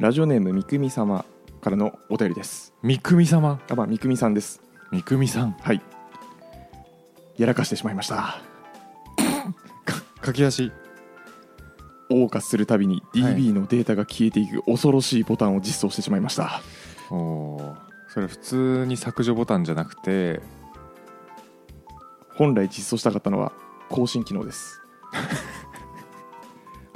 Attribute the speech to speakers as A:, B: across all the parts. A: ラジオネームみくみ様からのお便りです
B: 三組様
A: あまあみくみさんです
B: 三組さん
A: はいやらかしてしまいました
B: 書き出し
A: 謳歌するたびに
B: はい
A: DB のデータが消えていく恐ろしいボタンを実装してしまいました、
B: おーそれ普通に削除ボタンじゃなくて
A: 本来実装したかったのは更新機能です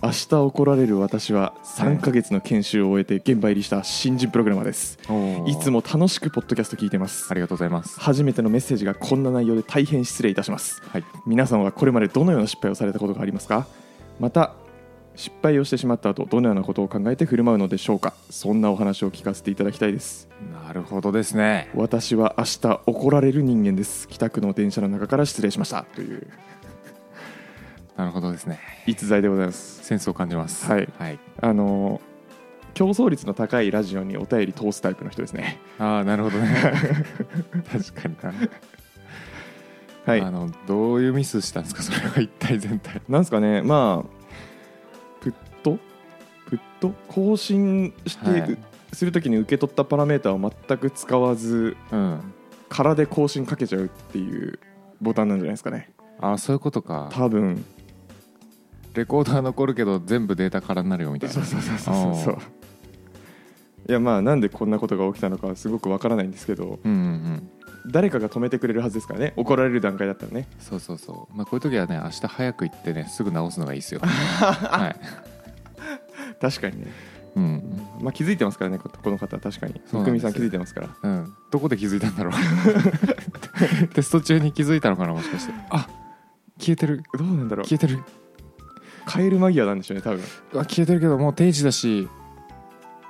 A: 明日怒られる私は3ヶ月の研修を終えて現場入りした新人プログラマーですいつ
B: も
A: も楽しくポッドキャスト聞いてます
B: ありがとうございます
A: 初めてのメッセージがこんな内容で大変失礼いたします
B: はい
A: 皆さんはこれまでどのような失敗をされたことがありますかまた失敗をしてしまった後どのようなことを考えて振る舞うのでしょうかそんなお話を聞かせていただきたいです
B: なるほどですね
A: 私は明日怒られる人間です帰宅の電車の中から失礼しましたという
B: なるほどですね
A: 逸材でございます
B: センスを感じます
A: はい
B: はい、
A: あのー競争率の高いラジオにお便り通すタイプの人ですね
B: ああなるほど ね確かにな
A: はい
B: あのどういうミスしたんですかそれは一体全体
A: なんですかねまあプットプット更新して、
B: はい
A: するときに受け取ったパラメータを全く使わず
B: うん
A: 空で更新かけちゃうっていうボタンなんじゃないですかね
B: ああそういうことか
A: 多分
B: レコーダー残るけど全部データ空になるよみたいな
A: そうそうそうそうそうそういやまあなんでこんなことが起きたのかはすごくわからないんですけど
B: うんうんうん
A: 誰かが止めてくれるはずですからね怒られる段階だったらね
B: そうそうそうまあこういう時はね明日早く行ってねすぐ直すのがいい ですよはい
A: 確かにね、
B: うん
A: まあ、気づいてますからねここの方は確かに
B: そう
A: 福
B: なんで
A: 美
B: す
A: さ
B: よ
A: ん気づいてますから
B: うん、どこで気づいたんだろう テスト中に気づいたのかなもしかしてあ消えてる
A: どうなんだろう
B: 消えてる
A: 帰る間際なんでしょうね多分
B: あ消えてるけどもう定時だし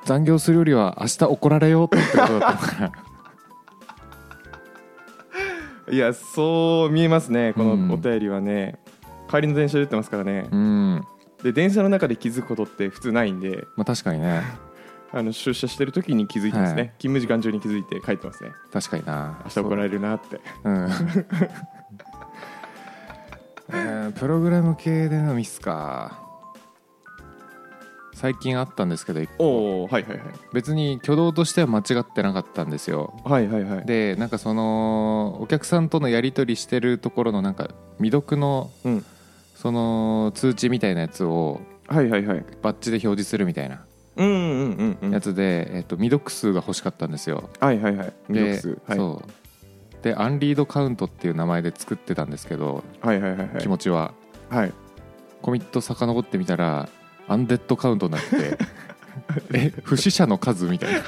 B: 残業するよりは明日怒られようってことだったのか な
A: いやそう見えますねこ
B: うん
A: のお便りはね、帰りの電車で言ってますからね
B: う、ん
A: で電車の中で気づくことって普通ないんで
B: まあ確かにね
A: あの出社してる時に気づいてますね、
B: はい
A: 勤務時間中に気づいて帰ってますね
B: 確かにな
A: 明日怒られるなって
B: うん えープログラム系でのミスか最近あったんですけど一個
A: おおはいはいはい
B: 別に挙動としては間違ってなかったんですよ
A: はいはいはい
B: でなんかそのお客さんとのやり取りしてるところのなんか未読の
A: うん
B: その通知みたいなやつを
A: はいはいはい
B: バッジで表示するみたいな
A: うんうんうんうん
B: やつで、えっと、未読数が欲しかったんですよ
A: はいはいはいミ
B: で
A: ックスはいは
B: そうでアンリードカウントっていう名前で作ってたんですけど
A: いはいはい
B: 気持ちは
A: はい
B: コミット遡ってみたらアンデッドカウントになって てえ不死者の数みたいな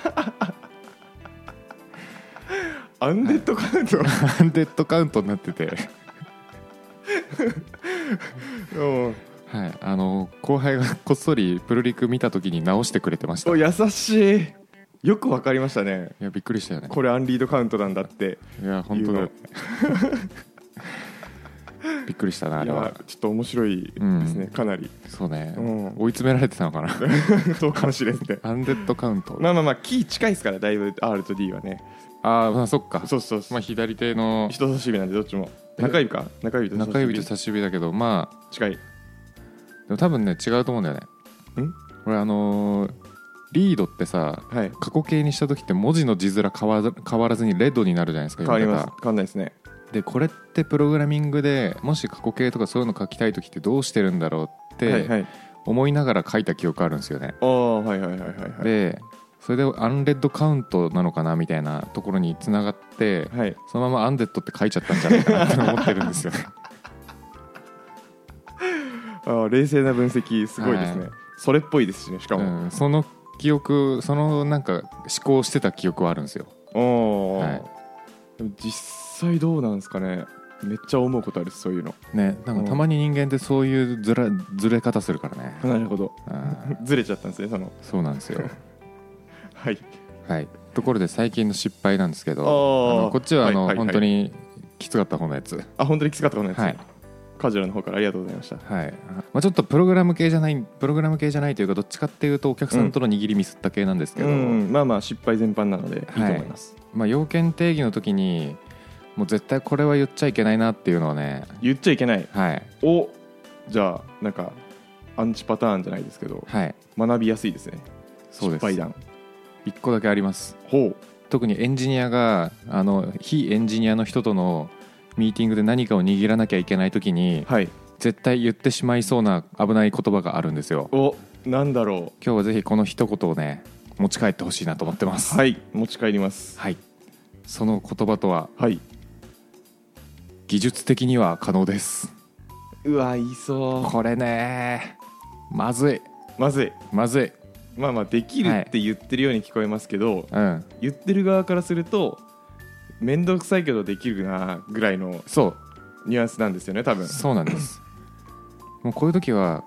A: アンデッドカウン ト
B: アンデッドカウントになってて、
A: うん
B: はい、あの後輩がこっそりプルリク見た時に直してくれてました
A: お
B: い
A: 優しいよくわかりましたね
B: やびっくりしたよね
A: これアンリードカウントなんだって
B: いや本当だ びっくりしたなあ
A: い
B: れは
A: やちょっと面白いですね、
B: うん
A: かなり
B: そうね、
A: うん
B: 追い詰められてたのかな
A: そうかもしれんね
B: アンデッドカウント、
A: まあまあまあキー近いですからだいぶ R と D はね
B: あーまあそっか
A: そうそうそう、
B: まあ、左手の
A: 人差し指なんでどっちも中指か中指と人差
B: 中
A: し
B: 指
A: 指
B: と差し指だけどまあ
A: 近い
B: でも多分ね違うと思うんだよね
A: ん
B: これあのーリードってさ
A: はい
B: 過去形にした時って文字の字面変わら変わらずにレッドになるじゃないですか
A: 変わります
B: 読み
A: 変わんないですね
B: 方でこれってプログラミングでもし過去形とかそういうの書きたい時ってどうしてるんだろうっ
A: はいは
B: て
A: い
B: 思いながら書いた記憶あるんですよね
A: ああはいはいはいはいはい
B: でそれでアンレッドカウントなのかなみたいなところに繋がって
A: はい
B: そのままアンデッドって書いちゃったんじゃないかなって思ってるんですよ ね
A: ああ冷静な分析すごいですね、
B: はい
A: それっぽいですしねしか
B: う
A: も、
B: んその記憶そのなんか思考してた記憶はあるんですよ
A: おお、
B: はい
A: でも実際どうなんですかねめっちゃ思うことあるそういうの
B: ねなんかたまに人間ってそういうずれずれ方するから ね
A: なるほど
B: うん
A: ずれちゃったんですねその
B: そうなん ですよ
A: はい
B: はいところで最近の失敗なんですけどあ
A: あー
B: のこっちはあの
A: はいはいはい
B: 本当にきつかった方のやつ
A: あ本当にきつかったことないです、
B: はい
A: カジュアルの方からありがとうございました
B: はいまあちょっとプログラム系じゃないプログラム系じゃないというかどっちかっていうとお客さんとの握りミスった系なんですけ
A: う
B: ど
A: んまあまあ失敗全般なのでいいと思います、
B: まあ要件定義の時にもう絶対これは言っちゃいけないなっていうのをね
A: 言っちゃいけない
B: はい
A: おじゃあなんかアンチパターンじゃないですけど
B: はい
A: 学びやすいですね
B: そうです
A: 失敗談
B: 一個だけあります
A: ほう
B: 特にエンジニアがあの非エンジニアの人とのミーティングで何かを握らなきゃいけない時に
A: はい
B: 絶対言ってしまいそうな危ない言葉があるんですよ
A: おなんだろ
B: 今日はぜひこの一言をね持ち帰ってほしいなと思ってます
A: うはい持ち帰ります
B: はい、その言葉とは
A: はい
B: 技術的には可能です
A: うわ言いそ
B: これねまずいう
A: まずい
B: まずい
A: まあまあできる
B: はい
A: って言ってるように聞こえますけど、
B: うん
A: 言ってる側からすると面倒くさいけどできるなぐらいの
B: そ
A: ニュアンスなんですよね多分
B: うそうなんですもうこういう時は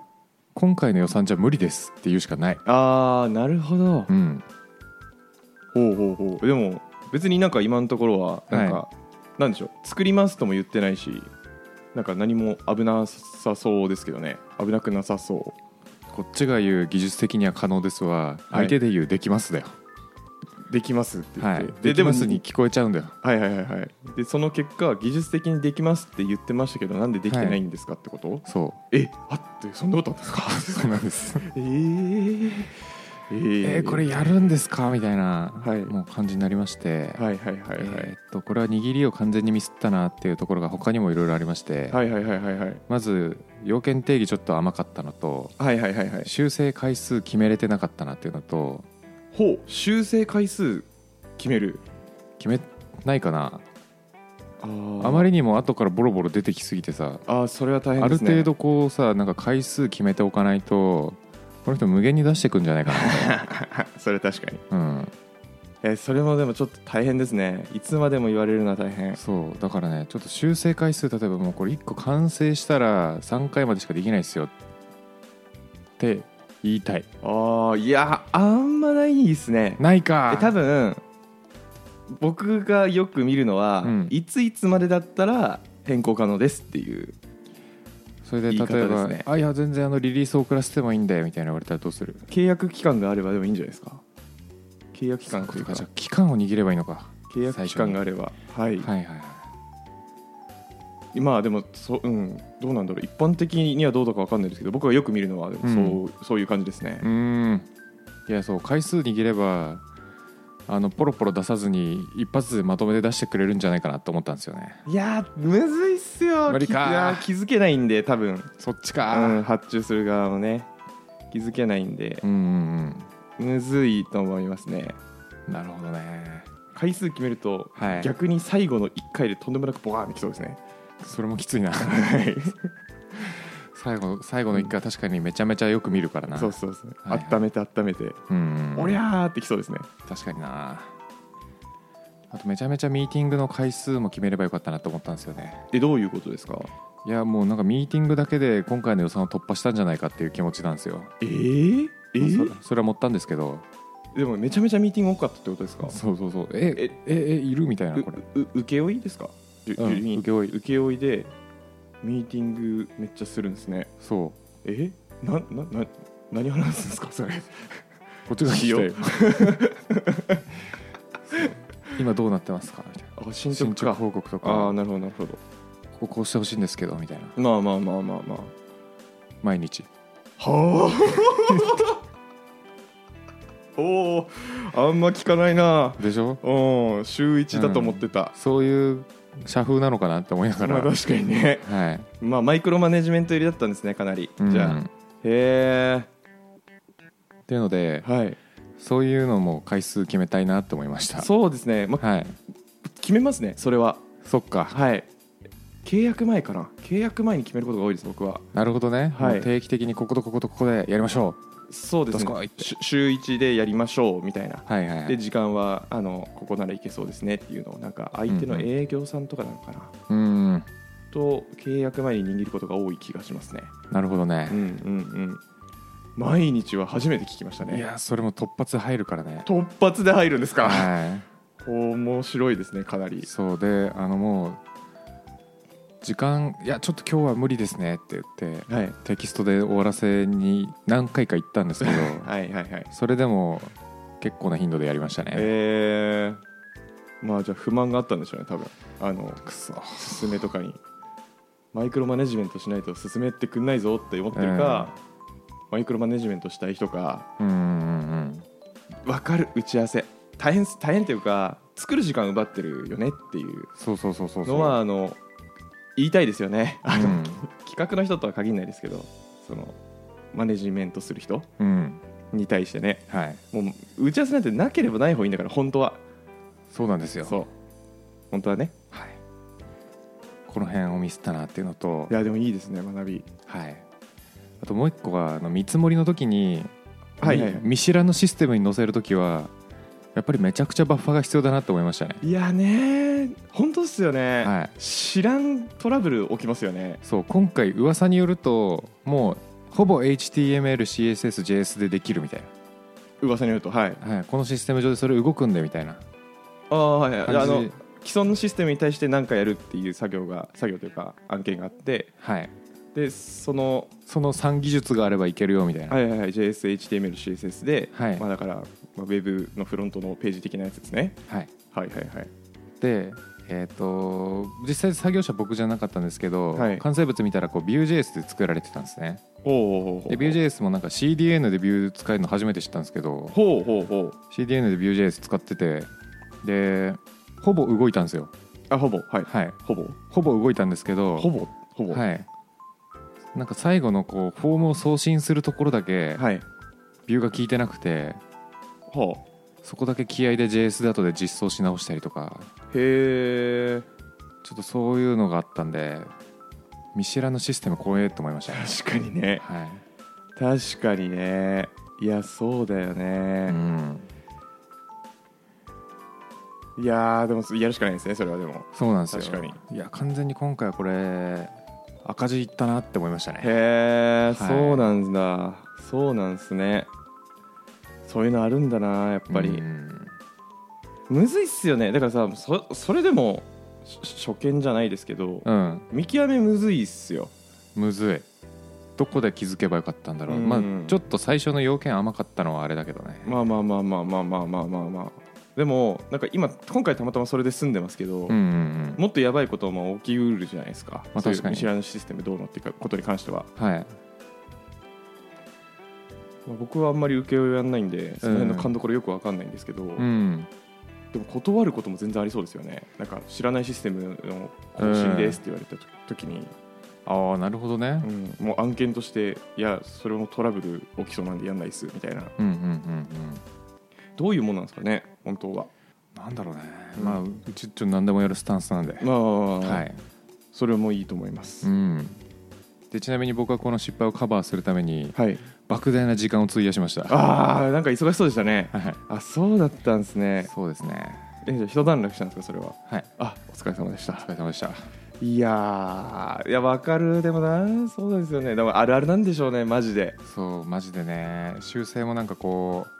B: 今回の予算じゃ無理ですって言うしかない
A: あーなるほど
B: うん
A: ほうほうほうでも別になんか今のところはなんか、なんでしょう作りますとも言ってないしなんか何も危なさそうですけどね危なくなさそ
B: こっちが言う技術的には可能ですは
A: はい
B: 相手で言うできますだよ、
A: うできますって言
B: は
A: って、
B: い、できますに
A: に
B: 聞こえちゃうんだよ
A: はいはいはいはいでその結果技術的にできますって言ってましたけどなんでできてないんですかってこと、
B: そ
A: えあってそんなことあったんですか
B: うそうなんです
A: えー、えー
B: えーこれやるんですかみたいな、
A: はい
B: もう感じになりまして、
A: はいはいはいはい、
B: えーっとこれは握りを完全にミスったなっていうところが他にもいろいろありまして、
A: はいはいはいはいはい
B: まず要件定義ちょっと甘かったのと
A: はいはいはいはい
B: 修正回数決めれてなかったなっていうのと
A: ほう修正回数決める
B: 決めないかな
A: あー
B: あまりにも後からボロボロ出てきすぎてさ、
A: あーそれは大変
B: あ
A: で
B: る
A: すね
B: 程度こうさなんか回数決めておかないとこの人無限に出してくんじゃないか
A: それ確か に、
B: な
A: えーそれもでもちょっと大変ですねいつまでも言われるのは大
B: うん
A: 変
B: そうだからねちょっと修正回数例えばもうこれ1個完成したら3回までしかできないですよって言いたい
A: ああいやあんまないですね
B: ないか
A: え多分僕がよく見るのは、
B: うん
A: いついつまでだったら変更可能ですっていう
B: それで
A: 言い
B: 例
A: 方
B: えば
A: ですね
B: あいや全然あのリリース遅らせてもいいんでみたいな言われたらどうする
A: 契約期間があればでもいいんじゃないですか契約期間というか
B: じゃあ期間を握ればいいのか
A: 契約期間があればはい、
B: はいはいはい
A: まあでもそう、うん、どうなんだろう一般的にはどうだかわかんないですけど僕がよく見るのはでもそう,、そういう感じですね
B: う、ーんいやそう回数握ればあのポロポロ出さずに一発でまとめて出してくれるんじゃないかなと思ったんですよね
A: いやーむずいっすよ
B: 無理か
A: きいやー気づけないんで多分
B: そっち
A: うん、
B: か
A: 発注する側もね気づけないんで
B: うんうん
A: むずいと思いますね
B: うんなるほどね
A: 回数決めると、
B: はい
A: 逆に最後の1回でとんでもなくボワーンってきそうですね
B: それもきつい な
A: はい
B: 最後最後の一回は確かにめちゃめちゃよく見るからな
A: そうそうそう、
B: はいはい
A: 温めて温めて、
B: うんうん
A: おりゃーってきそうですね
B: 確かになあとめちゃめちゃミーティングの回数も決めればよかったなと思ったんですよね
A: でどういうことですか
B: いやもうなんかミーティングだけで今回の予算を突破したんじゃないかっていう気持ちなんですよ、
A: えー、え
B: まあ
A: ー、
B: そそれは持ったんですけど
A: でもめちゃめちゃミーティング多かったってことですか
B: そうそうそうええええいるみたいなこれ
A: うう請け負いですか、う
B: うん請け負い
A: 請負いでミーティングめっちゃするんですね
B: そう
A: えななな何話すんですかそれ
B: こっちが聞きたいよそう 今どうなってますかみたいな
A: あ進
B: 進
A: 捗
B: 捗
A: か
B: 報告と
A: ああ
B: か
A: なるほどなるほど
B: こここうしてほしいんですけどみたいな
A: まあまあまあまあまあ
B: 毎日
A: はあ おおあんま聞かないな
B: でしょ
A: うん週一だと思ってた、
B: そういう社風なのかなって思いながら
A: まあ
B: はい
A: 確かにねまあマイクロマネジメント入りだったんですねかなり、
B: うん
A: じゃあへえ
B: っていうので
A: はい
B: そういうのも回数決めたいなって思いました
A: そうですね、まあ、
B: はい
A: 決めますねそれは
B: そっか
A: はい契約前かな契約前に決めることが多いです僕は
B: なるほどね、
A: はい
B: もう定期的にこことこことここでやりましょ
A: そうです
B: どすこ
A: ね
B: いって
A: し週1でやりましょうみたいな
B: うはいはいは
A: で
B: い
A: 時間はあのここならいけそうですねっていうのをなんか相手
B: う
A: の
B: んうん
A: 営業さんとかなのかな、
B: うん
A: と契約前に握ることが多い気がしますね
B: なるほど
A: うん
B: ね、
A: うんうん毎日は初めて聞きました
B: い
A: ね
B: やそれも突発入るからね
A: 突発で入るんですか
B: は
A: 面白いですねかないり
B: そうであのもう時間いやちょっと今日は無理ですねって言って
A: はい
B: テキストで終わらせに何回か行ったんですけど
A: はいはいはい
B: それでも結構な頻度でやりましたね、
A: えー、まあじゃあ不満があったんでしょうね多分あの
B: くそ
A: 進めとかにマイクロマネジメントしないと進めてくんないぞって思ってるか、マイクロマネジメントしたい人か
B: うんうんうん
A: 分かる打ち合わせ大変す大変っていうか作る時間奪ってるよねっていう
B: そうそうそうそうそう
A: のはあの言いたいですよねあの、
B: うん
A: 企画の人とは限らないですけどそのマネジメントする人
B: うん
A: に対してね
B: はい
A: もう打ち合わせなんてなければない方がいいんだから本当は
B: そうなんですよ
A: そう本当はね
B: はい、この辺をミスったなっていうのと
A: いやでもいいですね学び
B: はい、あともう一個があの見積もりの時に、
A: はいはいはい
B: み見知らぬシステムに載せる時はやっぱりめちゃくちゃバッファが必要だなと思いましたね、
A: いやね本当っすよね、
B: はい、
A: 知らんトラブル起きますよね
B: そう今回噂によるともうほぼ HTMLCSSJS でできるみたい
A: 噂によるとはい
B: な、はい、このシステム上でそれ動くんでみたいな
A: ああはいはいあ
B: 感
A: の
B: じ
A: 既存のシステムに対して何かやるっていう作業が作業というか案件があって
B: はい、
A: でその
B: その3技術があればいけるよみたいな、
A: はいはいはい JSHTML、CSS で、
B: はい
A: まあ、だから、まあ、ウェブのフロントのページ的なやつですね。
B: はい、
A: はいはいはい。
B: で、えー、と実際作業者僕じゃなかったんですけど、
A: はい
B: 完成物見たらこう Vue.js で作られてたんですね
A: ほうほうほう。
B: で Vue.js もなんか CDN で Vue 使えるの初めて知ったんですけど
A: ほうほうほう。
B: CDN で Vue.js 使っててでほぼ動いたんですよ
A: あ、ほぼ。はい。
B: はい
A: ほぼ。
B: ほぼ動いたんですけど
A: ほぼ。ほぼ。
B: はいなんか最後のこうフォームを送信するところだけ
A: はい。
B: Vue が効いてなくて
A: ほ
B: そこだけ気合で JS で後で実装し直したりとか
A: う。へえ。
B: ちょっとそういうのがあったんで見知らぬシステム怖えと思いましたね
A: 確かにね。
B: はい
A: 確かにね。いや、そうだよ
B: う
A: ね。
B: ん
A: いやー、でも、やるしかないですね、それはでも。
B: そうなんですよ
A: 確かに
B: いや完全に今回はこれ赤字いったなって思いましたね
A: へえ、
B: い
A: そうなんだ。そうなんすね。そういうのあるんだな、やっぱり。
B: うん
A: むずいっすよねだからさそそれでもし初見じゃないですけど、
B: うん
A: 見極めむずいっすよ
B: むずいどこで気づけばよかったんだろう、
A: うん
B: まあ、ちょっと最初の要件甘かったのはあれだけどね、
A: まあまあまあまあまあまあまあまあまあでもなんか今今回たまたまそれで済んでますけど、
B: うんうん
A: もっとやばいことも起きうるじゃないですか,、
B: まあ
A: そういう
B: 確かに
A: 見知らぬシステムどうのっていうかことに関しては、
B: うんはい
A: まあ僕はあんまり請負いやんないんでその辺の勘どころよくわかんないんですけど、
B: うん
A: でも断ることも全然ありそうですよねなんか知らないシステムの更新ですって言われたと時に、
B: ああなるほどね
A: うんもう案件としていやそれもトラブル起きそうなんでやんないっすみたいな
B: うんうんうんうん
A: どういうもんなんですかね、本当は。
B: なんだろうね、
A: うん
B: まあうちちょっと何でもやるスタンスなんで、
A: まあ、
B: はい、
A: それもいいと思います。
B: うん、でちなみに僕はこの失敗をカバーするために
A: はい、
B: 莫大な時間を費やしました
A: ああ、なんか忙しそうでしたね。
B: はい
A: あ、そうだったんですね。
B: そうですね
A: え、じゃあ一段落したんですか、それは。
B: はい
A: あ、お疲れ様でし
B: お
A: た
B: 疲。れ様でした
A: いやー、いや、わかる、でもな、そうですよね。でも、あるあるなんでしょうね、マジで。
B: そうマジでね修正もなんかこう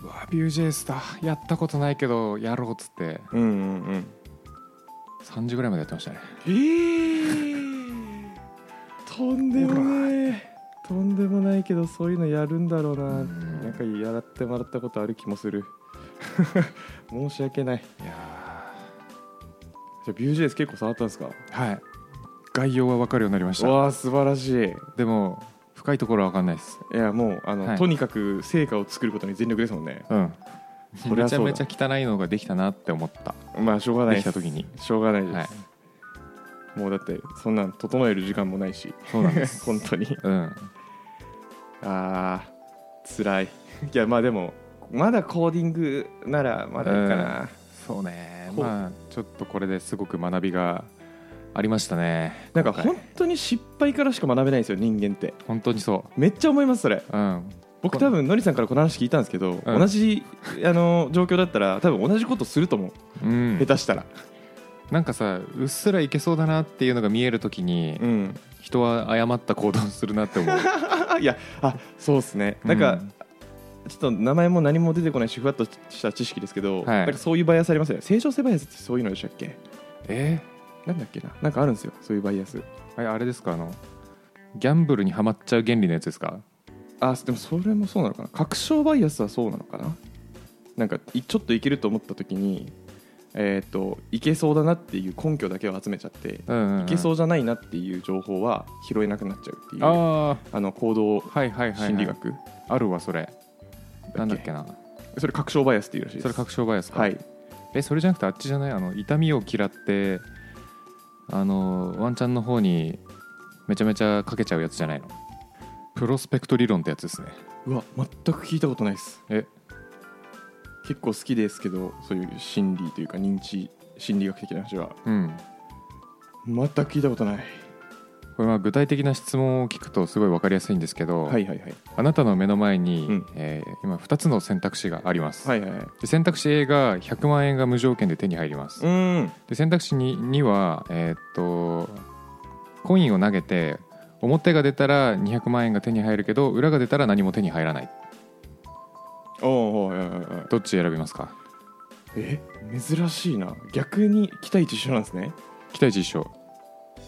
B: うわ Vue.js だやったことないけどやろうっつって
A: うんうんうん。
B: 3時ぐらいまでやってましたね
A: えー、とんでもない。とんでもないけど、そういうのやるんだろうな。
B: ん
A: なんかやらってもらったことある気もする。 申し訳ない。
B: いや
A: じゃあ、ビュージェイス結構触ったんですか
B: ーはい概要は分かるようになりました
A: わあ素晴らしい
B: でも深いところは分かんないです
A: いやもうあの、
B: はい
A: とにかく成果を作ることに全力ですもんね
B: うん
A: そりゃ
B: めち
A: そ
B: ゃ
A: うだ
B: めちゃ汚いのができたなって思った
A: まあしょうがないです
B: できた時に
A: しょうがないです、
B: はい
A: もうだってそんなん整える時間もないし
B: そうなんです
A: 本当に
B: うん
A: あー辛いいやまあでもまだコーディングならまだいいかな、
B: そうね
A: ほう
B: まあちょっとこれですごく学びがありましたね
A: なんか
B: 今回
A: 本当に失敗からしか学べないんですよ人間って
B: 本当にそ
A: めっちゃ思いますそれ
B: ううん
A: 僕多分のりさんからこの話聞いたんですけど、
B: うん
A: 同じあの状況だったら多分同じことすると思う、
B: うん
A: 下手したら
B: なんかさうっすらいけそうだなっていうのが見えるときに
A: うん
B: 人は誤った行動をするなって 思う
A: あいやあそうですねなんか、ちょっと名前も何も出てこないしふわっとした知識ですけど、
B: い
A: なんかそういうバイアスありますよね正常性バイアスってそういうのでしたっけ
B: え
A: なんだっけななんかあるんですよそういうバイアス
B: ーあれあれですかあのギャンブルにはまっちゃう原理のやつですか
A: あでもそれもそうなのかな確証バイアスはそうなのかななんかいちょっといけると思った時にえっ、といけそうだなっていう根拠だけを集めちゃって、
B: うんうんうん
A: いけそううじゃないなっていう情報は拾えなくなっちゃうっていうあ
B: あ
A: の行動
B: あはいはいはいはい
A: 心理学
B: あるわそれ
A: だ
B: な
A: っ
B: ん
A: け
B: だっけな
A: それ確証バイアスっていうらしいです
B: それ確証バイアスか、
A: はい
B: えそれじゃなくてあっちじゃないあの痛みを嫌ってあのワンちゃんの方にめちゃめちゃかけちゃうやつじゃないのプロスペクト理論ってやつですね
A: うわ全く聞いたことないです
B: え
A: 結構好きですけどそういう心理というか認知心理学的な話は
B: うん
A: 全く聞いたことない
B: これは具体的な質問を聞くとすごい分かりやすいんですけど、
A: はいはいはい
B: あなたの目の前に、
A: うん
B: えー今2つの選択肢があります、
A: はいはいはい
B: で選択肢 A が100万円が無条件で手に入ります、
A: うん
B: で選択肢 2, には、えーっとコインを投げて表が出たら200万円が手に入るけど裏が出たら何も手に入らない
A: おおはいはいはいはい
B: どっち選びますか
A: え珍しいな逆に期待値一緒なんですね
B: 期待値一緒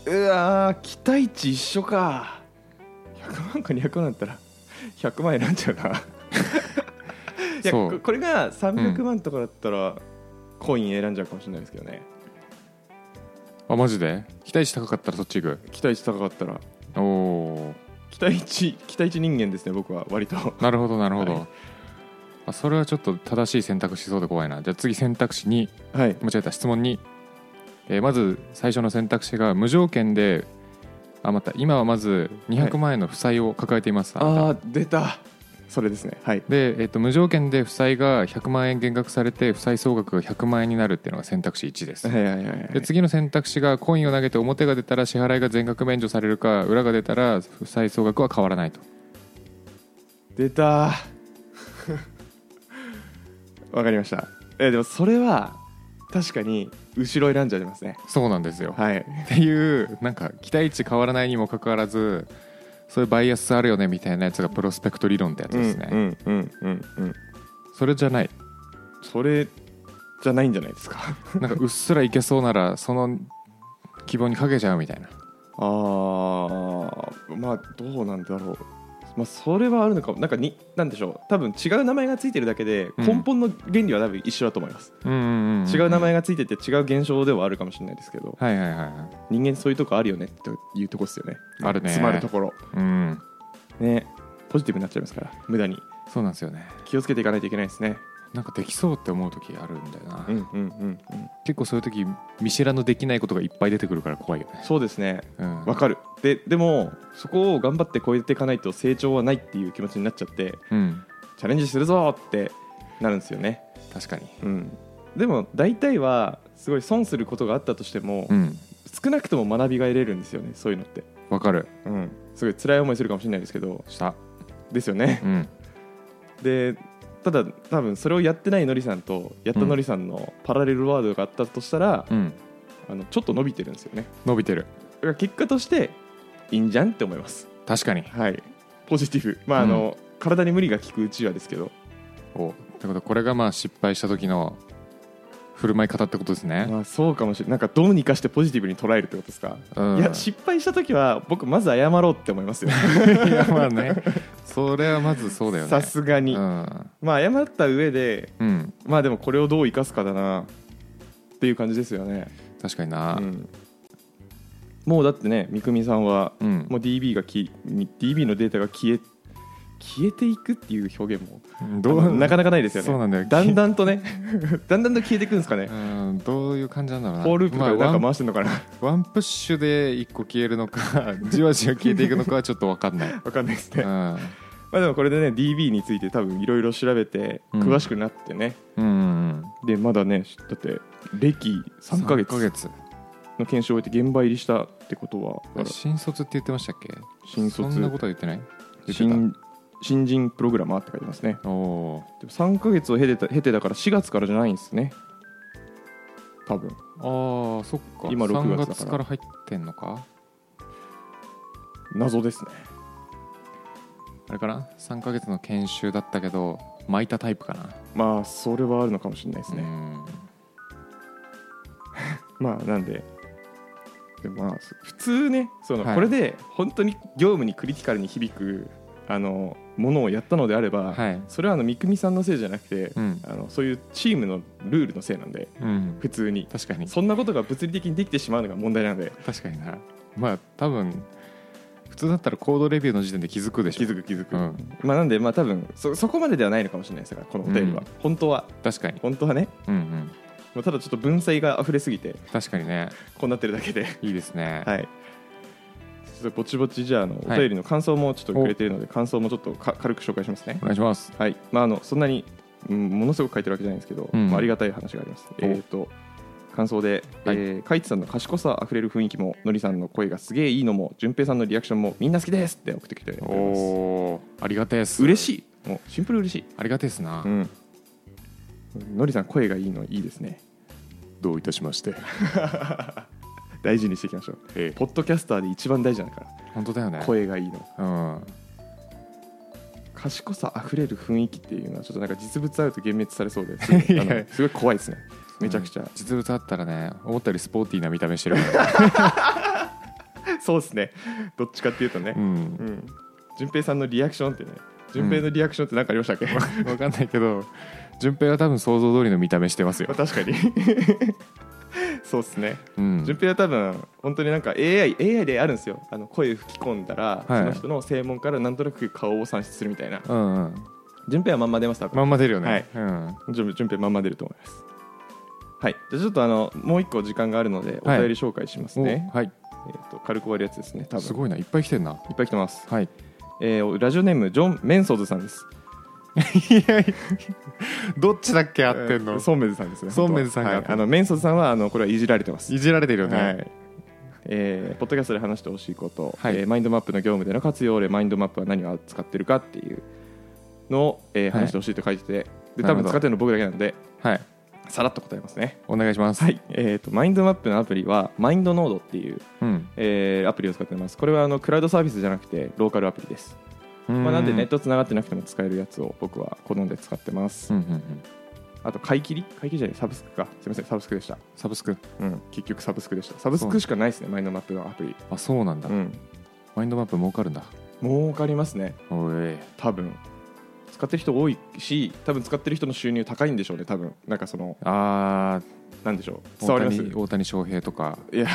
A: うわー期待値一緒か100万か200万だったら100万選んじゃう ないや
B: そう
A: ここれが300万とかだったら、コイン選んじゃうかもしれないですけどね
B: あマジで期待値高かったらそっち行
A: 期待値高かったら
B: くお
A: 期待値期待値人間ですね僕は割と
B: ーなるほどなるほど、
A: はい
B: あそれはちょっと正しい選択肢そうで怖いなじゃあ次選択肢2
A: はい
B: 間違えた質問に、えーまず最初の選択肢が無条件であまた今はまず200万円の負債を抱えています、あなた
A: ああ出たそれですねはい
B: で、えっと、無条件で負債が100万円減額されて負債総額が100万円になるっていうのが選択肢1です、
A: はいはいはいはい
B: で次の選択肢がコインを投げて表が出たら支払いが全額免除されるか裏が出たら負債総額は変わらないと
A: 出た わかりましたえでもそれは確かに後ろ選んじゃいますね
B: そうなんですよ、
A: はい
B: っていうなんか期待値変わらないにもかかわらずそういうバイアスあるよねみたいなやつがプロスペクト理論ってやつですね、
A: うんうんうんうんうん
B: それじゃない
A: それじゃないんじゃないですか
B: なんかうっすらいけそうならその希望にかけちゃうみたいな
A: あーまあどうなんだろうまあそれはあるのかもなんかになんでしょう多分違う名前がついてるだけで
B: うん
A: 根本の原理は多分一緒だと思います、
B: うんうんうん
A: 違う名前がついてて違う現象ではあるかもしれないですけど
B: はいはいはいはい
A: 人間そういうとこあるよねっていうとこですよね
B: あるね
A: 詰まるところ
B: うん
A: ねポジティブになっちゃいますから無駄に
B: そうなんですよね
A: 気をつけていかないといけないですね
B: なんかできそうって思う時あるんだよな、
A: うんうんうん、うん、
B: 結構そういう時見知らぬできないことがいっぱい出てくるから怖いよね
A: そうですね
B: うん
A: わかるででもそこを頑張って超えていかないと成長はないっていう気持ちになっちゃって
B: うん
A: チャレンジするぞってなるんですよね、
B: 確かに
A: うん、でも大体はすごい損することがあったとしても、
B: うん
A: 少なくとも学びが得れるんですよねそういうのって、
B: わかる
A: うん、すごい辛い思いするかもしれないですけど
B: した
A: ですよね
B: うん
A: でただ多分それをやってないのりさんとやったのりさんのパラレルワールドがあったとしたら、
B: うん
A: あのちょっと伸びてるんですよね
B: 伸びてる
A: だから結果としていいんじゃんって思います
B: 確かに
A: はいポジティブまああの、体に無理が効くうちはですけど、
B: おってことはこれがまあ失敗した時の振る舞い方ってことですね、
A: まあ、そうかもしれないなんかどうにかしてポジティブに捉えるってことですか、
B: うん、
A: いや失敗した時は僕まず謝ろうって思いますよ
B: いやまあねそれはまずそうだよ ね
A: さすがに、
B: うん、
A: まあ謝った上で
B: うん、
A: まあでもこれをどう生かすかだなっていう感じですよね、
B: 確かにな
A: う、んもうだってね三國さんは
B: うん
A: もう DB, がき DB のデータが消え消えていくっていう表現も
B: ど
A: あ
B: う
A: のなかなかないですよね
B: そうなんだよ
A: だんだんとね だんだんと消えていくんですかね
B: うん、どういう感じなんだろうな
A: フォーループとかでなん
B: まあ
A: か回してんのかな
B: ワンプッシュで1個消えるのか じわじわ消えていくのかはちょっと分かん ない、
A: わかんないです
B: う
A: ねま
B: ん
A: あでもこれでね DB について多分いろいろ調べて
B: うん
A: 詳しくなってね、
B: うん、
A: でまだねだって歴3ヶ月
B: 三
A: の検証を終えて現場入りしたってことはだから
B: 新卒って言ってましたっけ
A: 新卒
B: そんなことは言ってない言って
A: 新新人プログラマーって書いてますね
B: たお
A: でも3ヶ月を経てた経てだから4月からじゃないんですね多分
B: ーあーそっか
A: 今六月だから
B: 3月から入ってんのか
A: 謎ですね
B: あれかな3ヶ月の研修だったけど巻いたタイプかな
A: まあそれはあるのかもしれないですね、
B: うん
A: まあなんででもまあそ普通ねその、
B: はい
A: これで本当に業務にクリティカルに響くあのものをやったのであれば、
B: はい
A: それはあの三國さんのせいじゃなくて、
B: うん、
A: あのそういうチームのルールのせいなんで
B: うん、
A: 普通に
B: 確かに
A: そんなことが物理的にできてしまうのが問題なので
B: 確かになまあ多分普通だったらコードレビューの時点で気づくでしょ
A: 気づく気づく、
B: うん、
A: まあなんでまあ多分そそこまでではないのかもしれないですからこのお便りは、
B: うん
A: 本当は
B: 確かに
A: 本当はね
B: うんうん
A: まあただちょっと文才が溢れすぎて
B: 確かにね
A: こうなってるだけで
B: いいですね
A: はいちょっとぼちぼちじゃああのお
B: はい
A: 便りの感想もちょっとくれてるので、感想もちょっとか軽く紹介しますね
B: お願いします
A: はいまああのそんなに、うん、ものすごく書いてるわけじゃないんですけど、
B: うん
A: まあ、ありがたい話があります
B: お
A: えっ、と感想で、
B: はい
A: えーカイツさんの賢さあふれる雰囲気ものりさんの声がすげえいいのも順平さんのリアクションもみんな好きですって送ってきてくれてま
B: お
A: す
B: おーありがてえっす
A: 嬉
B: い
A: しいもうシンプル嬉しい
B: ありがてえっすな、
A: うん。のりさん声がいいのいいですね。
B: どういたしまして
A: 大事にしていきましょう。
B: え
A: ポッドキャスターで一番大事だか
B: 本当だよね
A: ら、声がいいの。
B: うん
A: 賢さあふれる雰囲気っていうのは、ちょっとなんか実物あると幻滅されそう ですごいあ
B: いや
A: のすごい怖いですね。めちゃくちゃ。
B: 実物あったらね思ったよりスポーティーな見た目してるから、
A: そうですね。どっちかって いうとね
B: う。ん
A: う、ん。順平さんのリアクションってね。順平のリアクションって何かありましたっけ、ま
B: 分かんないけど順平は多分想像通りの見た目してますよ
A: あ、 確かに。そうですね。
B: うん
A: 順平は多分本当になんか AI, AI であるんですよあの声吹き込んだら、
B: はい
A: その人の声紋からなんとなく顔を算出するみたいな
B: うんうん
A: 順平はまんま出ます多
B: ま
A: 分、
B: んま出るよね、
A: はい
B: うん、
A: 順順平まんま出ると思いますはいじゃあちょっとあのもう一個時間があるのでお
B: はい
A: 便り紹介します
B: お
A: ね、
B: はい
A: えー、と軽く終わるやつですね多分
B: すごいないっぱい来てんない
A: っぱい来てます、
B: はい
A: えーラジオネームジョン・メンソーズさんです
B: どっちだっけ合
A: えーソンメンズさんですね
B: ソンメンズさんが
A: 本当ははいあのメンソーズさんはあのこれはいじられてます
B: いじられてるよね、
A: はいえーポッドキャストで話してほしいこと、
B: はい
A: えーマインドマップの業務での活用例マインドマップは何を使ってるかっていうのを、えー
B: はい
A: 話してほしいと書いてて、で多
B: なるほど
A: 分使ってるの僕だけなので
B: はい
A: さらっと答えますね、
B: お願いします
A: はいえー、とマインドマップのアプリはマインドノードっていう、
B: うん
A: えーアプリを使ってますこれはあのクラウドサービスじゃなくてローカルアプリです、
B: うん
A: まあ、なんでネットつながってなくても使えるやつを僕は好んで使ってます、
B: うんうんうん
A: あと買い切り買い切りじゃないサブスクかすいませんサブスクでした、
B: サブスク
A: うん、結局サブスクでしたサブスクしかないですねマインドマップのアプリ、
B: あそうなんだ、
A: うん、
B: マインドマップ儲かるんだ
A: 儲かりますね
B: おい
A: 多分使ってる人多いし多分使ってる人の収入高いんでしょうね多分なんかその
B: あ
A: なんでしょう
B: ー
A: 伝
B: 大
A: わります
B: 谷大谷翔平とか、
A: いや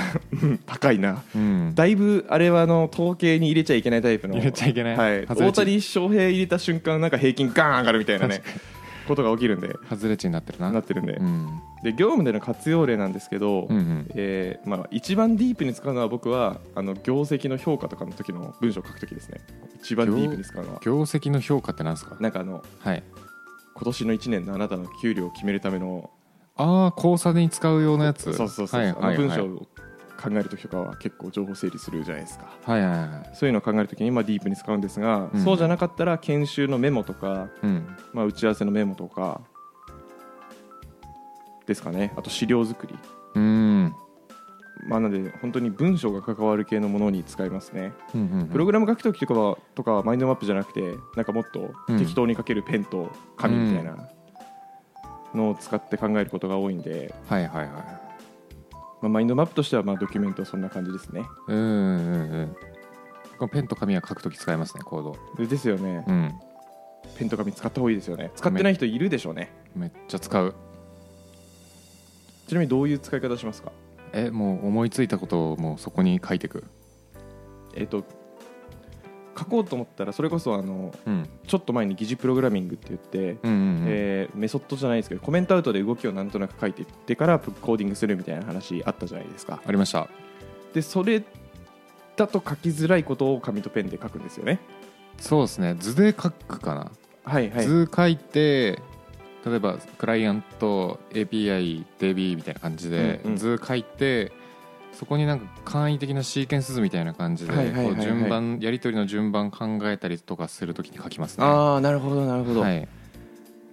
A: うん高いな
B: うん、
A: だいぶあれはあの統計に入れちゃいけないタイプの
B: 入れちゃいけない、
A: はい、
B: 外れ
A: 大
B: 値
A: 谷翔平入れた瞬間なんか平均ガーン上がるみたいなねことが起きるんで
B: 外れ値になってるな
A: なってるんで,、
B: うん
A: で業務での活用例なんですけど、
B: うんうん
A: えーまあ、一番ディープに使うのは僕はあの業績の評価とかの時の文章を書く時ですね一番ディープに使うのは
B: 業績の評価ってなんですか
A: なんかあの
B: はい
A: 今年の1年のあなたの給料を決めるための
B: ああ交差に使うようなやつ
A: そうそうそうそう、
B: はいはい
A: あの文
B: はい
A: 章を考えるときとかは結構情報整理するじゃないですか
B: はいはいはい
A: そういうのを考えるときにまあディープに使うんですが、
B: うん
A: そうじゃなかったら研修のメモとか、
B: うん
A: まあ、打ち合わせのメモとかですかねあと資料作り
B: うーん
A: まあなので本当に文章が関わる系のものに使いますね
B: うんうんうん
A: プログラム書くときとかはとかはマインドマップじゃなくてなんかもっと適当に書けるペンと紙みたいなのを使って考えることが多いんで、
B: はいはいは
A: まあ、マインドマップとしてはまあドキュメントはそんな感じですね
B: いうんうんうんこのペンと紙は書くとき使いますねコード
A: でですよね、
B: うん
A: ペンと紙使った方がいいですよね使ってない人いるでしょうね
B: めっちゃ使う
A: ちなみにどういう使い方しますか
B: えもう思いついたことをもうそこに書いてく
A: えっ、と書こうと思ったらそれこそあの
B: うん
A: ちょっと前に疑似プログラミングって言って、
B: うんうんうん
A: えーメソッドじゃないですけどコメントアウトで動きをなんとなく書いていってからコーディングするみたいな話あったじゃないですか
B: ありました
A: でそれだと書きづらいことを紙とペンで書くんですよね
B: そうですね図で書くかな
A: はいはい
B: 図書いて例えばクライアント APIDB みたいな感じで
A: うんうん
B: 図書いてそこになんか簡易的なシーケンス図みたいな感じで
A: はいはいはいはい
B: こう順番やり取りの順番考えたりとかするときに書きますね。
A: ああなるほどなるほど、
B: はい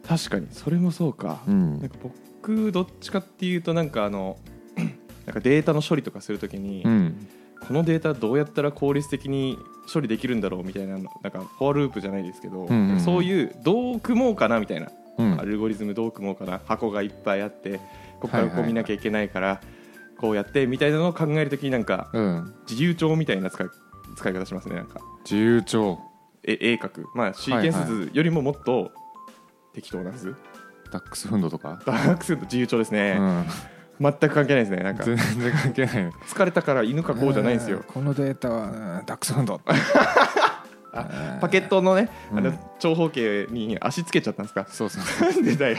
A: 確かにそれもそうか、
B: うん
A: なんか僕どっちかっていうとなんかあの なんかデータの処理とかするときに、
B: うん
A: このデータどうやったら効率的に処理できるんだろうみたいなのなんかフォアループじゃないですけど、
B: んうんうん
A: そういうどう組もうかなみたいな、
B: うん
A: アルゴリズムどう組もうかな箱がいっぱいあってここから
B: はいはい
A: こ
B: は
A: う
B: い
A: 見なきゃいけないから、こうやってみたいなのを考えるときになんか
B: うん、
A: 自由帳みたいな使い使い方しますねなんか
B: 自由帳
A: え鋭角まあシーケンス図よりももっと適当な図、
B: ダックスフンドとか、
A: ダークスフンド自由帳ですね、
B: うん、
A: 全く関係ないですねなんか
B: 全然関係ない
A: 疲れたから犬かこうじゃないんですよ
B: えーこのデータはうんダック スフンドあ
A: パケットのね、
B: うん
A: あの長方形に足つけちゃったんですか
B: そうそう
A: なんでだ よ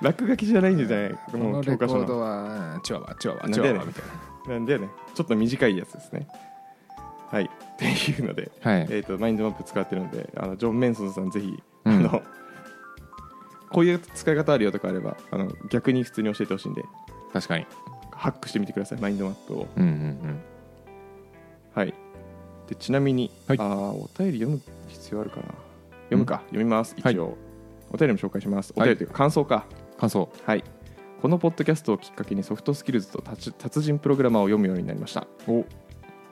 A: 落書きじゃないんじゃない
B: こ
A: こ
B: の
A: の
B: レ
A: 教
B: コ
A: 科書
B: ード
A: の
B: はチワワチワワ
A: なん
B: チ
A: でや
B: ワ
A: ねん
B: ワみたい
A: なんでねちょっと短いやつですねはいっていうので、
B: なはい
A: えー、とマインドマップ使ってるのであのジョン・メンソンさんぜひ、
B: うん
A: あのこういう使い方あるよとかあればあの逆に普通に教えてほしいんで
B: 確かに
A: ハックしてみてくださいマインドマップを
B: うんうん
A: はいでちなみに、
B: はい
A: あーお便り読む必要あるかな読むか、読みます
B: はい
A: 一応、お便りも紹介しますお
B: はい
A: 便りというか感想か、
B: うん感想
A: はい。このポッドキャストをきっかけにソフトスキルズと達達人プログラマーを読むようになりました。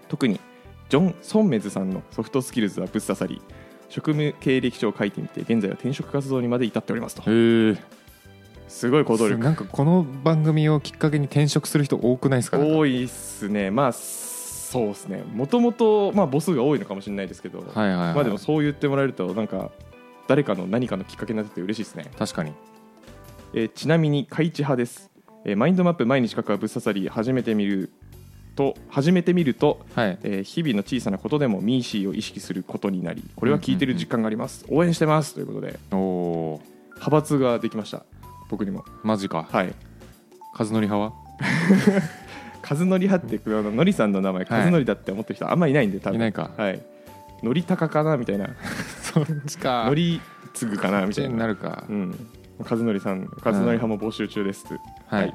A: 特にジョン・ソンメズさんのソフトスキルズはぶっ刺さり、職務経歴書を書いてみて、現在は転職活動にまで至っておりますと。
B: へえ
A: すごい行動力。
B: なんかこの番組をきっかけに転職する人多くないですかね
A: 多いっすね。まあ、そうですね。もともと、まあ、母数が多いのかもしれないですけど、
B: はいはいはい
A: まあでもそう言ってもらえると、なんか、誰かの何かのきっかけになってて嬉しいですね。
B: 確かに
A: えーちなみに開地派です、えーマインドマップ毎日書くはぶっ刺さり始めてみると始めてみると、
B: はい
A: えー日々の小さなことでもミーシーを意識することになりこれは聞いてる実感があります、応援してますということで
B: おお
A: 派閥ができました僕にも
B: マジか
A: はい
B: 和則派は
A: 和則派ってあののりさんの名前
B: はい
A: 和則だって思ってる人あんまいないんで多分
B: いないか
A: はいのりたかかなみたいな
B: そっちか
A: のりつぐかなみたい
B: に
A: な
B: なるか
A: うん和則さん和則派も募集中です、
B: はい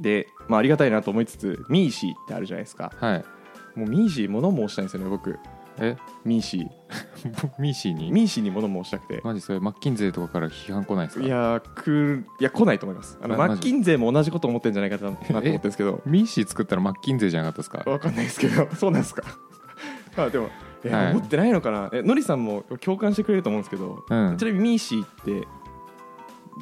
A: で、まあ、ありがたいなと思いつつミーシーってあるじゃないですか
B: はい
A: もうミーシー物申したいんですよね僕
B: え
A: ミーシー
B: 僕ミーシーに
A: ミーシーに物申したくて
B: マジそれマッキンゼーとかから批判来ないですか
A: いやーくるいや来ないと思いますあの
B: ま
A: マッキンゼーも同じこと思ってんじゃないかなと思ってるんですけど
B: ミーシー作ったらマッキンゼーじゃなかったですか
A: わかんないですけど そうなんですかあでも、え
B: はい
A: 思ってないのかなえのりさんも共感してくれると思うんですけど、
B: うん
A: ちなみにミーシーって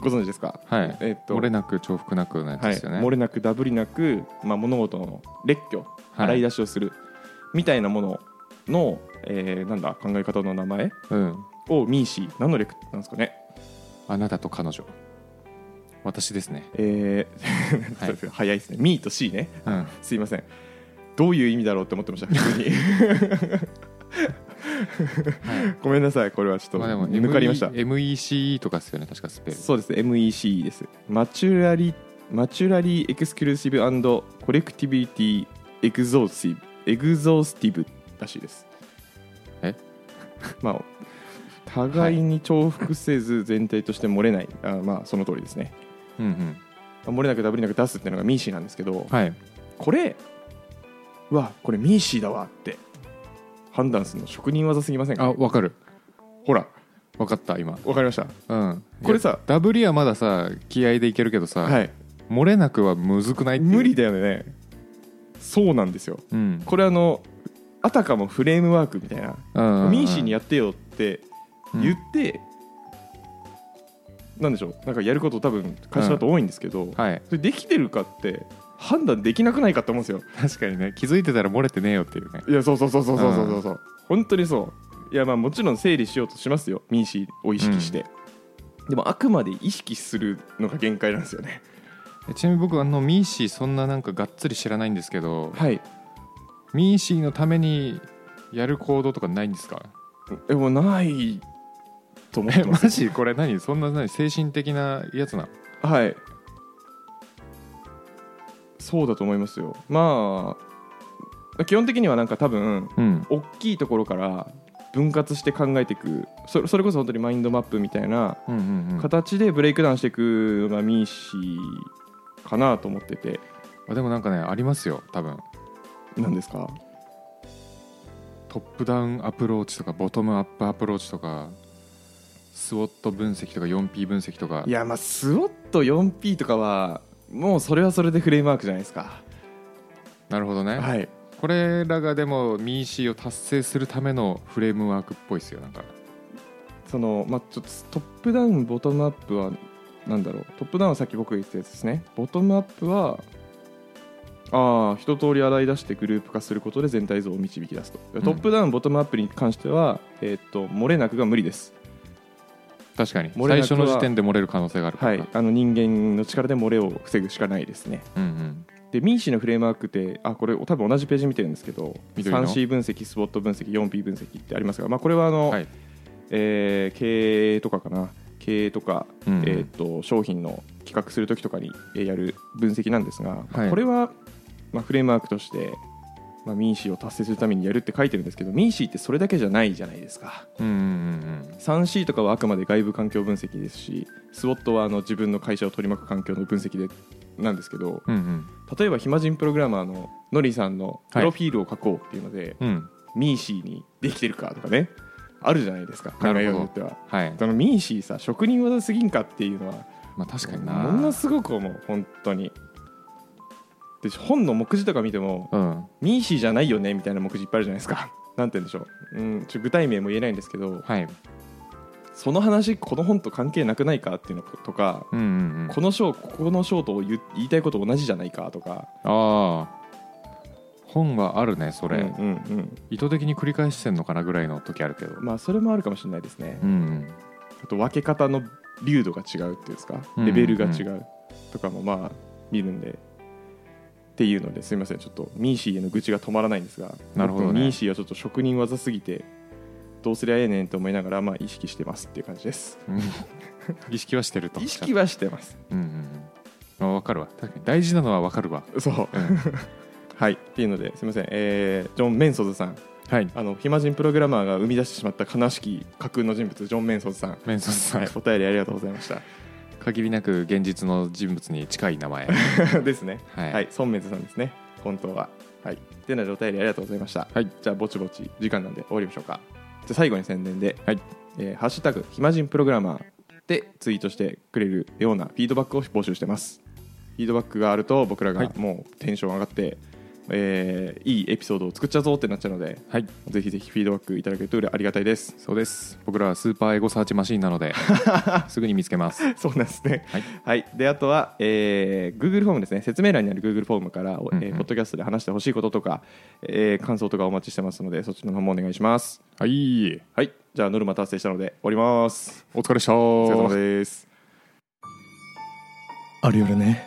A: ご存知ですか
B: はい
A: えっと
B: 漏れなく重複なくのやつ
A: はい、
B: ですよね
A: 漏れなくダブりなく、まあ、物事の列挙
B: はい
A: 洗い出しをするみたいなものの、えーなんだ考え方の名前
B: うん
A: をミーシー何の略なんですかね
B: あなたと彼女私ですね
A: えー そ
B: はい
A: うです早いですね、ミーと C ね、
B: うん
A: すいません、どういう意味だろうって思ってました、普通 に。ごめんなさい、これはちょっと
B: まあでも
A: 抜かりました。
B: MECE とかですよね確かスペル
A: そうですね、MECE です。マチュラリマチュラリーエクスクルーシブコレクティビティエグゾーシブエグゾースティブらしいです。
B: え
A: まあ互いに重複せず全体として漏れない、あまあその通りですね。
B: うんうん
A: まあ漏れなくダブりなく出すっていうのがミーシーなんですけど、
B: はい
A: これうわこれミーシーだわって判断するの職人技すぎません
B: あ
A: か
B: わかる
A: ほら
B: わかった今
A: わかりました
B: うん
A: これさ
B: いやダブリはまださ気合でいけるけどさ、
A: はい
B: 漏れなくはむずくないっていう
A: 無理だよねそうなんですよ
B: うん
A: これあのあたかもフレームワークみたいなミーシーに
B: や
A: やってよって言って、なんでしょうなんかやること多分会社だと多いんですけど、
B: はい
A: それできてるかって判断できなくないかって思うんですよ
B: 確かにね気づいてたら漏れてねえよっていうね
A: いやそうそうそうそうそうそうそうそう本当にそういやまあもちろん整理しようとしますよ民主を意識して、でもあくまで意識するのが限界なんですよね
B: えちなみに僕あのミーシーそんななんかがっつり知らないんですけど、
A: はい
B: ミーシーのためにやる行動とかないんですか
A: えもうないと思っ
B: え
A: て
B: マ
A: ます
B: ジこれ何そんな何精神的なやつなの
A: はいそうだと思いますよまあ基本的にはなんか多分
B: うん
A: 大きいところから分割して考えていくそれそれこそ本当にマインドマップみたいな
B: うんうんうん
A: 形でブレイクダウンしていくのがミーシーかなと思ってて
B: あでもなんかねありますよ多分
A: 何ですか
B: トップダウンアプローチとかボトムアップアプローチとかスウォット分析とか 4P 分析とか
A: いやまあスウォット 4P とかはもうそれはそれでフレームワークじゃないですか
B: なるほどね、
A: はい
B: これらがでもミーシーを達成するためのフレームワークっぽいですよなんか
A: そのまあちょっとトップダウンボトムアップはなんだろうトップダウンはさっき僕が言ったやつですねボトムアップはああ一通り洗い出してグループ化することで全体像を導き出すと、
B: ん
A: トップダウンボトムアップに関してはえーっと漏れなくが無理です
B: 確かに
A: 漏れなく
B: 最初
A: は
B: の時点で漏れる可能性があるか
A: は、
B: らない
A: あの人間の力で漏れを防ぐしかないですね
B: うんうん
A: でミーシーのフレームワークってあこれ多分同じページ見てるんですけど
B: 緑の
A: 3C 分析スポット分析 4P 分析ってありますが、まあ、これはあの、
B: はい
A: えー経営とかかな経営とか、
B: うんうん
A: えーっと商品の企画するときとかにえーやる分析なんですが、まあ
B: はい
A: これは、まあ、フレームワークとして、まあ、ミーシーを達成するためにやるって書いてるんですけどミーシーってそれだけじゃないじゃないですか
B: うんうん
A: 3C とかはあくまで外部環境分析ですし SWOT はあの自分の会社を取り巻く環境の分析でなんですけど、
B: うんうんうん
A: 例えば暇人プログラマーののりさんの
B: は
A: プ
B: い
A: ロフィールを書こうっていうので、
B: うんうん
A: ミーシーにできてるかとかねあるじゃないですか考
B: なるほど
A: えようによっては
B: はい
A: そのミーシーさ職人技すぎんかっていうのは
B: まあ確かにな
A: ものすごく思う本当にで本の目次とか見ても
B: うん
A: ミーシーじゃないよねみたいな目次いっぱいあるじゃないですかなんて言うんでしょう、うん、ちょ具体名も言えないんですけど
B: はい
A: その話この本と関係なくないかっていうのとか
B: うんうんうん
A: この章ここの章と言う言いたいこと同じじゃないかとか
B: ああ本はあるねそれ、
A: うんうんうん
B: 意図的に繰り返してんのかなぐらいの時あるけど
A: まあそれもあるかもしれないですね、
B: うんうん
A: あと分け方の流度が違うっていうんですか
B: うん
A: レベルが違うとかもまあ見るんでっていうのですいませんちょっとミーシーへの愚痴が止まらないんですが
B: なるほ
A: 僕
B: どね
A: はミーシーはちょっと職人技すぎてどうすりゃええねんと思いながらまあ意識してますっていう感じです
B: うん意識はしてると
A: 意識はしてます
B: うんうんうんまあ分かるわ確かに大事なのは分かるわ
A: そう、 はいっていうのですいません、えージョン・メンソズさん
B: はい
A: あの暇人プログラマーが生み出してしまった悲しき架空の人物ジョン・メンソズさん、は
B: メンソスさん
A: い、お便りありがとうございました
B: 限りなく現実の人物に近い名前
A: ですね
B: はい、
A: はい、孫明さんですね、本当は。はい、てなお便りありがとうございました。
B: はい、
A: じゃあ、ぼちぼち時間なんで終わりましょうか。じゃあ、最後に宣伝で、
B: はい
A: えーハッシュタグ、暇人プログラマーでツイートしてくれるようなフィードバックを募集してます。フィードバックがあると、僕らが
B: はい
A: もうテンション上がって、いえーいいエピソードを作っちゃうぞってなっちゃうので、
B: はい
A: ぜひぜひフィードバックいただけるとありがたいです。
B: そうです僕らはスーパーエゴサーチマシーンなの ですぐに見つけます
A: そうなんですね。は
B: はいい、
A: であとは、えー Google フォームですね説明欄にある Google フォームから、
B: んうん
A: えーポッドキャストで話してほしいこととか、えー感想とかお待ちしてますのでそっちの方もお願いします。
B: はい
A: はいじゃあノルマ達成したので終わります。
B: お疲れでした
A: お疲れ様です。
C: ある夜ね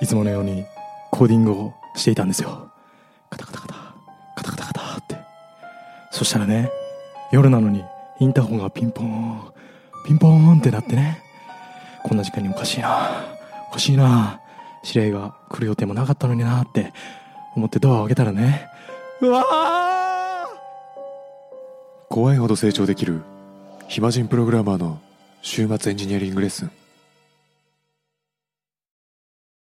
C: いつものようにコーディングをしていたんですよカタカタカタカタカタカタってそしたらね夜なのにインターホンがピンポーンピンポーンってなってねこんな時間におかしいなおかしいな知り合いが来る予定もなかったのになって思ってドアを開けたらねうわー
D: 怖いほど成長できる暇人プログラマーの週末エンジニアリングレッスン